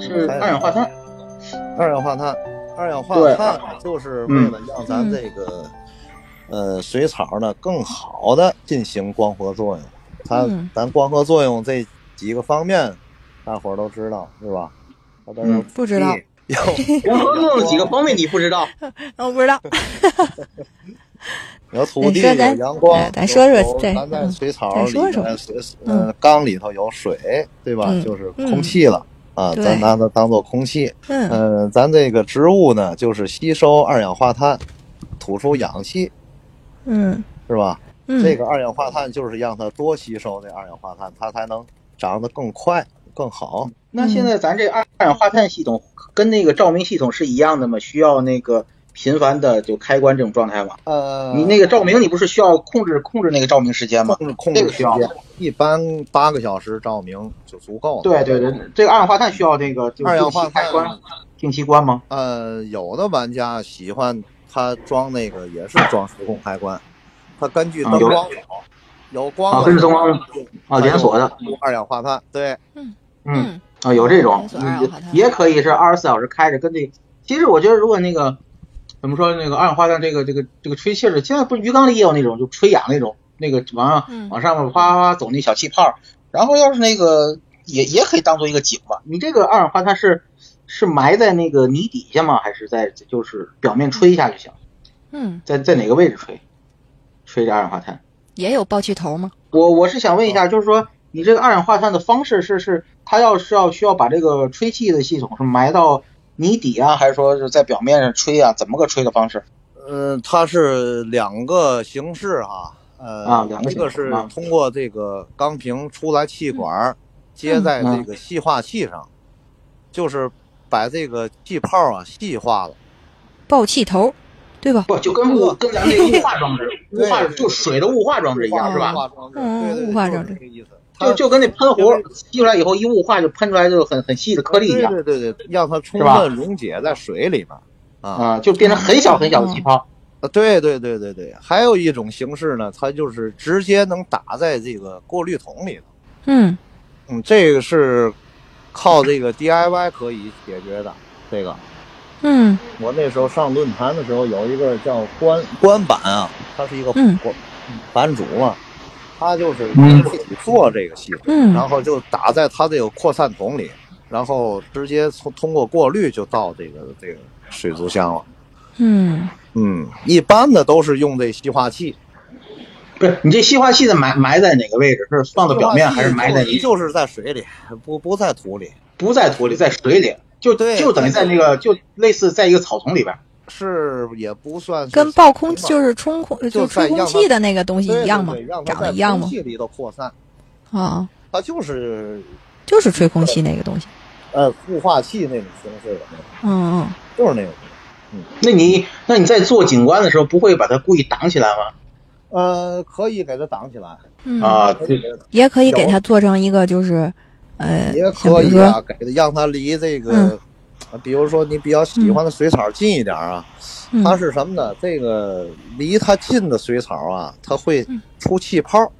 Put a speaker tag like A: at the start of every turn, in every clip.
A: 是二氧化 碳，
B: 二氧化碳，二氧化
A: 对
B: 碳就是为了让
C: 嗯
B: 咱这个、呃水草呢更好的进行光合作用。它、
C: 嗯
B: 咱光合作用这几个方面，大伙儿都知道是吧？它都有
A: 嗯
C: 不
B: 地、
C: 知道，
B: 有
A: 光 合作用几个方面你不知道？
C: 我哦不知道。
B: 有土地，
C: 哎咱说咱
B: 有阳光
C: 哎，咱说说
B: 有
C: 对
B: 咱在
C: 嗯
B: 水草
C: 咱
B: 里
C: 说
B: 面，
C: 说
B: 水呃缸里头有水，对吧？
C: 嗯
B: 就是
C: 嗯
B: 空气了、啊，
C: 对
B: 咱拿它当做空气。
C: 嗯
B: 嗯、咱这个植物呢，就是吸收二氧化碳，吐出氧气，
C: 嗯
B: 是吧？
C: 嗯，
B: 这个二氧化碳就是让它多吸收这二氧化碳，它才能长得更快、更好。
A: 那现在咱这二二氧化碳系统跟那个照明系统是一样的吗？需要那个频繁的就开关这种状态吗？
B: 呃，
A: 你那个照明，你不是需要控制控制那个照明时间吗？
B: 控制控
A: 这
B: 制
A: 个
B: 时
A: 需要
B: 间，一般八个小时照明就足够了。
A: 对对对，这个二氧化碳需要那个就
B: 二
A: 定
B: 氧化
A: 期
B: 碳
A: 开关，定期关吗？
B: 呃，有的玩家喜欢他装那个也是装时控开关，他根据灯
A: 啊有
B: 光有光
A: 啊
B: 了
A: 根据灯光啊
B: 它就
A: 连锁的
B: 二氧化碳，对，
A: 嗯，啊，有这种
C: 连锁
A: 嗯
C: 二氧化碳
A: 也可以是二十四小时开着，跟那个。其实我觉得，如果那个怎么说，那个二氧化碳这个这个这个吹气儿的，现在不是鱼缸里也有那种就吹氧那种，那个往
C: 嗯
A: 上往上面哗哗哗走那小气泡儿。然后要是那个也也可以当做一个井吧。你这个二氧化碳是是埋在那个泥底下吗？还是在就是表面吹一下就行？
C: 嗯，
A: 在在哪个位置吹？吹这二氧化碳？
C: 也有爆气头吗？
A: 我我是想问一下，就是说你这个二氧化碳的方式是是它要是要需要把这个吹气的系统是埋到泥底啊，还是说是在表面上吹啊？怎么个吹的方式？
B: 嗯、它是两个形式啊，呃，
A: 啊两个
B: 一
A: 形
B: 个
A: 式
B: 是
A: 啊嗯
B: 通过这个钢瓶出来气管儿，接在这个细化器上，就是把这个气泡啊细化了。
C: 爆气头，对吧？
A: 不就跟雾跟咱们这个雾化装置、雾化
B: 对
A: 就水的雾化装置一样是
B: 雾
A: 吧？
B: 化装置，
C: 嗯
B: 对对对，
C: 雾化
B: 就是
C: 装置
B: 这个意思。它
A: 就就跟那喷壶
B: 就跟
A: 吸出来以后一雾化就喷出来就很很细的颗粒一样
B: 对对对对，让它充
A: 是吧
B: 分溶解在水里面。啊，
A: 啊，就变成很小很小的气泡。
B: 呃对对对对对，还有一种形式呢，它就是直接能打在这个过滤桶里头。
C: 嗯
B: 嗯，这个是靠这个 DIY 可以解决的。这个，
C: 嗯
B: 我那时候上论坛的时候，有一个叫关关板啊，他是一个
C: 嗯
B: 管版主嘛，他就是
A: 嗯
B: 自己做这个系统，然
C: 嗯
B: 后就打在他这个扩散桶里，然后直接从通过过滤就到这个这个水族箱了。
C: 嗯，
B: 嗯，一般的都是用这吸化器，
A: 不是你这细化器的埋埋在哪个位置？是放到表面还是埋在
B: 吸化器
A: 泥？
B: 就是就是在水里，不不在土里。
A: 不在土里，在水里，就
B: 对
A: 就等于在那个就类似在一个草丛里边。
B: 是也不算是
C: 跟爆空
B: 水嘛
C: 就是冲空
B: 就
C: 就吹
B: 在
C: 空
B: 样
C: 气
B: 它
C: 的那个东西
B: 对
C: 一样吗
B: 对对让？它
C: 长得
B: 在
C: 一样
B: 空
C: 吗？
B: 气里头扩散，
C: 啊，
B: 它就是
C: 就是吹空气那个东西。
B: 呃雾化器那种形式的那种，
C: 嗯嗯，
B: 就是那种。
A: 那你那你在做景观的时候，不会把它故意挡起来吗？
B: 呃，可以给它挡起来，
C: 嗯，
A: 啊，
B: 可以给它挡
C: 也可以给它做成一个就是，呃，
B: 也
C: 像
B: 可
C: 比如
B: 以
C: 说，
B: 啊，给它让它离这个
C: 嗯，
B: 呃比如说你比较喜欢的水草近一点啊。
C: 嗯
B: 它是什么呢？这个离它近的水草啊，它会
C: 嗯
B: 出气泡，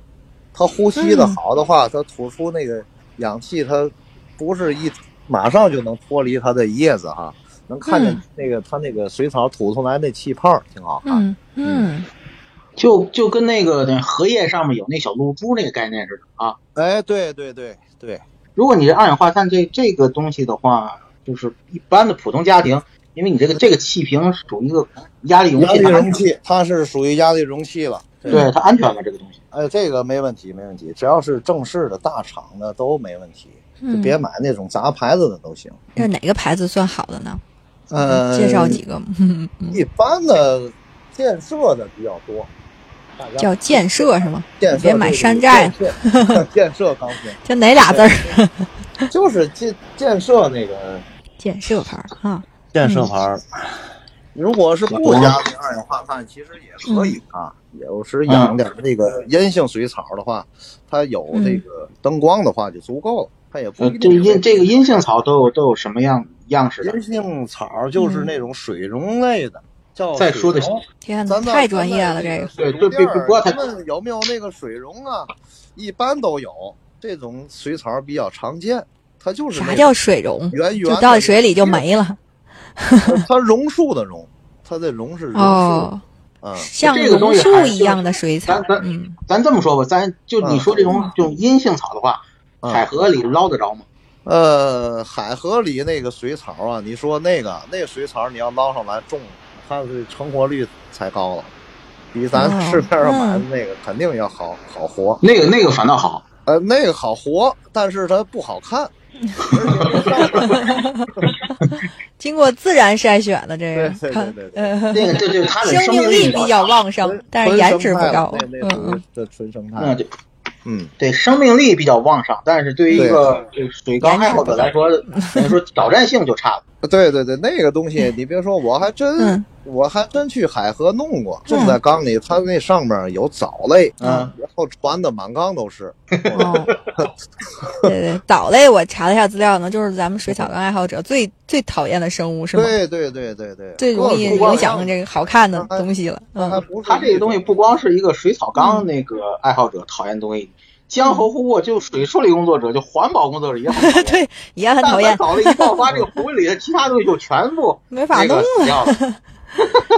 B: 它呼吸的好的话，它吐出那个氧气，它不是一马上就能脱离它的叶子哈，能看见
C: 嗯
B: 那个它那个水草吐出来那气泡挺好看。
C: 嗯嗯
A: 就就跟那个那荷叶上面有那小露珠那个概念似的啊。
B: 哎，对对对对，
A: 如果你这二氧化碳这这个东西的话，就是一般的普通家庭，因为你这个这个气瓶属于一个压力容
B: 压
A: 器，
B: 力
A: 它
B: 容
A: 安全，
B: 器它是属于压力容器了。这个
A: 对它安全吗？这个东西？
B: 哎，这个没问题，没问题，只要是正式的大厂的都没问题，就
C: 嗯，
B: 别买那种杂牌子的都行。
C: 这哪个牌子算好的呢？
B: 呃，
C: 介绍几个，嗯嗯
B: 一般的建设的比较多，大 家
C: 叫建设是吗？
B: 建设
C: 别买山寨
B: 这个建设建设钢瓶，
C: 就哪俩字儿？
B: 就是建建设那个，嗯
D: 建设牌儿啊，
E: 建设牌儿，
B: 如果是不加那二氧化碳，其实也
C: 嗯
B: 可以啊。有时
E: 嗯
B: 养点那个烟性水草的话，它有
C: 嗯
B: 这个灯光的话就足够了，它也不
A: 呃这
B: 一，定
A: 阴这个阴性草都有都有什么样样式的？
B: 银杏草就是那种水溶类的，叫
A: 再说的
B: 水溶
D: 天哪，
B: 咱们
D: 太专业了这
B: 咱
D: 个
B: 们。水
A: 对对
B: 溶
A: 不过它
B: 地儿咱们有没有那个水溶啊？一般都有，这种水草比较常见，它就是
D: 啥
B: 那
D: 叫水溶？
B: 圆圆
D: 就
B: 的
D: 到水里就没了
B: 种它榕树的榕，它的榕是榕树，
D: 哦，
B: 嗯，
D: 像
A: 这个
D: 榕
A: 东西还
D: 树
A: 是
D: 一样的水草
A: 咱咱，
D: 嗯，
A: 咱这么说吧，咱就你说这种
D: 嗯
A: 这种阴性草的话，
B: 嗯
A: 海河里捞得着吗？
B: 呃，海河里那个水草啊，你说那个那水草你要捞上来种，它的成活率才高了，比咱
D: 哦
B: 市面上买的那个肯定要好好活。
A: 那个那个反倒好，
B: 呃，那个好活，但是它不好看。
D: 经过自然筛选的这个，
B: 对对
D: 看
B: 对对
D: 呃
A: 那个这这它的
D: 生
A: 命
D: 命力比
A: 高
D: 较旺盛
B: 纯，
D: 但是颜值不高
B: 纯生态。了那那属于这纯生态
D: 嗯，
A: 嗯，。对
B: 嗯，
A: 对，生命力比较旺盛，但是对于一个水缸爱好者来说， 可能说挑战性就差了。
B: 对对对，那个东西你别说，我还真
D: 嗯
B: 我还真去海河弄过，种在缸里，它那上面有藻类，
A: 嗯，
B: 然后传的满缸都是。
D: 嗯哦，对对，藻类我查了一下资料呢，就是咱们水草缸爱好者最最讨厌的生物是吗？
B: 对对对对对，
D: 最容易
B: 各种
D: 影响这个好看的东西了。
B: 它还
D: 嗯，
B: 不是
A: 它这个东西不光是一个水草缸那个爱好者讨厌的东西，江河湖泊就水处理工作者，就环保工作者也很讨厌。
D: 对，也很讨
A: 但凡
D: 厌，
A: 搞了一爆发，这个湖里的其他东西就全部
D: 没
A: 那
D: 法弄
A: 个死掉了。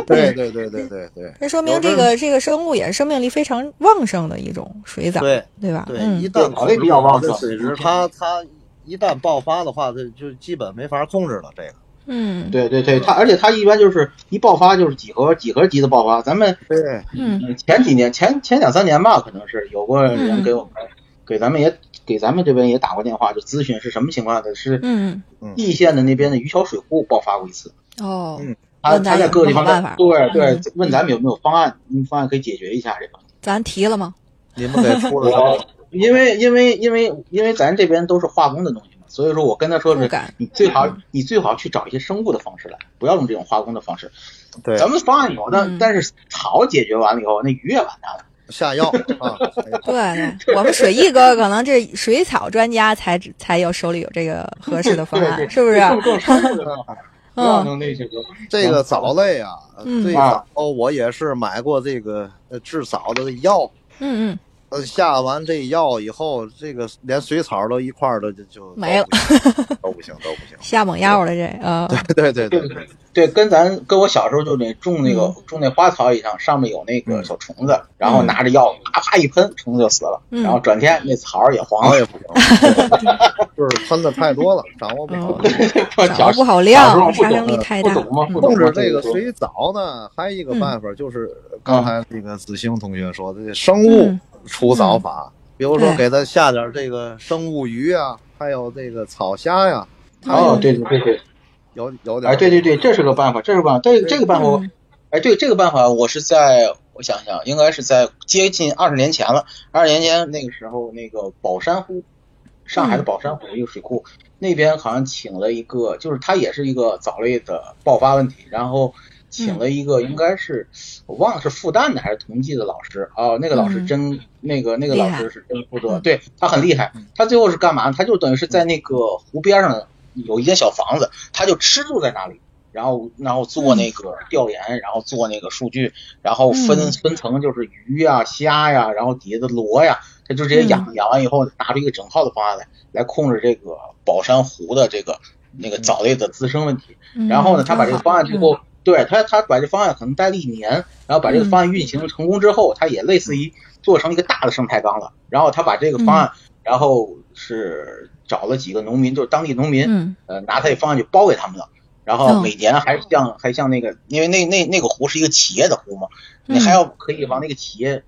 B: 对对对对对对
D: 这说明这个这个生物也是生命力非常旺盛的一种水藻，
B: 对
D: 对吧？
B: 对，一
D: 嗯，
B: 旦
A: 藻类比较旺盛
B: 这水质它它一旦爆发的话，它就基本没法控制了这个。
D: 嗯，
A: 对对对，它而且它一般就是一爆发就是几何几何级的爆发。咱们
B: 对，
D: 嗯，
A: 嗯前几年前前两三年吧，可能是有过人给我们、给咱们也给咱们这边也打过电话，就咨询是什么情况的，是
D: 嗯，
A: 易县的那边的渔桥水库爆发过一次。
D: 哦，
B: 嗯
A: 他
D: 问咱
A: 他在
D: 有
A: 各个
D: 没
A: 地
D: 有
A: 方
D: 办
A: 在
D: 法嗯
A: 对对，问咱们有没有方案，嗯方案可以解决一下这个。
D: 咱提 了吗？
B: 你们给出了什么
A: 我因为因为因为因为咱这边都是化工的东西嘛，所以说我跟他说
D: 不
A: 是
D: 敢，嗯
A: 你最好你最好去找一些生物的方式来，不要用这种化工的方式。
B: 对，
A: 咱们方案有，但
D: 嗯
A: 但是草解决完了以后，那鱼也完蛋了。
B: 下药啊，
D: 对对，我们水艺哥可能这水草专家才才有手里有这个合适的方 案，是不是？
A: 种种生物的方法，不要
D: 嗯
A: 弄那些个。
B: 这个藻类啊，
D: 嗯
B: 最早我也是买过这个呃治藻的药，
D: 嗯嗯，
B: 呃，下完这药以后，这个连水草都一块儿的就就
D: 没了，
B: 都不行，都不行。
D: 下猛药了这， 呃，
B: 对对对
A: 对
B: 对，
A: 对，跟咱跟我小时候就那种那
D: 嗯
A: 个种那花草一样，上面有那个小虫子，然后拿着药啪啪一喷，虫子就死了。
D: 嗯
A: 然后转天那草儿也黄
B: 我
A: 了，
B: 也不行，就是喷的太多了，掌握不
D: 哦
B: 住。
D: 掌握不 好
A: 小时候
D: 量，
A: 不
D: 杀
A: 懂
D: 伤力太大
A: 不。懂吗？不懂
B: 控
A: 吗
B: 制这个
A: 东西
B: 水藻呢，还有一个
D: 嗯
B: 办法就是刚
A: 啊
B: 才那个子星同学说的这生物
D: 嗯
B: 除藻法，比如说
D: 对
B: 给它下点这个生物鱼啊，还有这个草虾呀，它
A: 哦，
D: 嗯
A: 对对对对，
B: 有有点
A: 哎，对对对，这是个办法，这是个办法，这个这个办法我
D: 嗯
A: 哎，对这个办法，我是在我想想，应该是在接近二十年前了。二十年前那个时候，那个宝山湖，上
D: 嗯
A: 海的宝山湖一个水库，那边好像请了一个，就是它也是一个藻类的爆发问题，然后
D: 嗯
A: 请了一个，应该是我忘了是复旦的还是同济的老师哦，那个老师
D: 嗯
A: 真、那个那个
D: 厉
A: 老
D: 害
A: 师是真负责，
D: 嗯
A: 对他很厉害。
B: 嗯
A: 他最后是干嘛？他就等于是在那个湖边上有一间小房子，他就吃住在那里。然后然后做那个调研，然后做那个数据，然后分
D: 嗯
A: 分层就是鱼呀、虾呀，然后底下的螺呀，他就直接
D: 嗯
A: 养养完以后，拿出一个整套的方案来来控制这个宝山湖的这个那个藻类的滋生问题。
D: 嗯
A: 然后呢，他把这个
D: 真好嗯
A: 方案最后。对他，他把这方案可能待了一年，然后把这个
D: 嗯
A: 方案运行成功之后，他也类似于做成一个大的生态缸了。然后他把这个
D: 嗯
A: 方案，然后是找了几个农民，就是当地农民，
D: 嗯
A: 呃，拿他的方案就包给他们了。然后
D: 哦
A: 每年还像、还像那个，因为那那那个湖是一个企业的湖嘛，
D: 嗯
A: 你还要可以往那个企业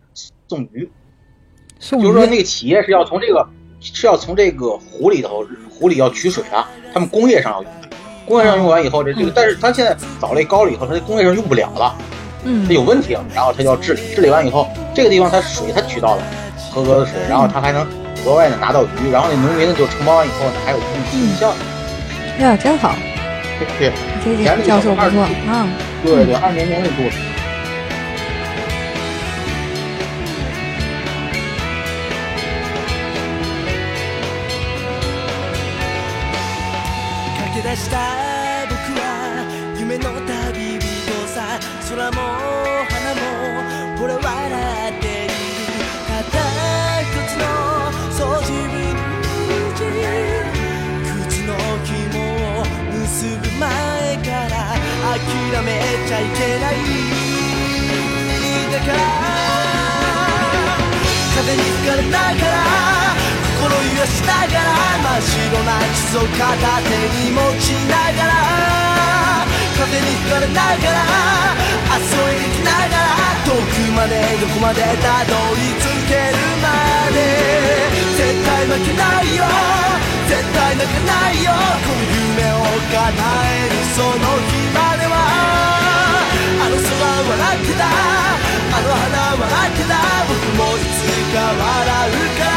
A: 送鱼，
D: 送
A: 就是说那
D: 鱼，
A: 个企业是要从这个是要从这个湖里头湖里要取水啊，他们工业上要用，工业上用完以后这
D: 哦
A: 这个，但是它现在藻类高了以后，它在工业上用不了了，
D: 嗯
A: 它有问题了，然后它就要治理，治理完以后，这个地方它水它取到了合格的水，然后它还能
F: 额外的拿到鱼，然后那农民呢就承包完以后呢还有空
D: 嗯
F: 去效。
D: 哎呀，真好，
F: 对，
D: 这这教授不错啊。
F: 对对，二年前那故事。駆け出した僕は夢の旅人さ空も花もこれ笑っているただ一つのそう自分口の紐を結ぶ前から諦めちゃいけないだから風に吹かれながら心揺しながら真っ白な地図を片手に持ちながら風に吹かれながら明日を描きながら遠くまでどこまでたどり着けるまで絶対負けないよ絶対泣かないよこの夢を叶えるその日まではあの空笑ってたあの花笑ってた僕もいつか笑うから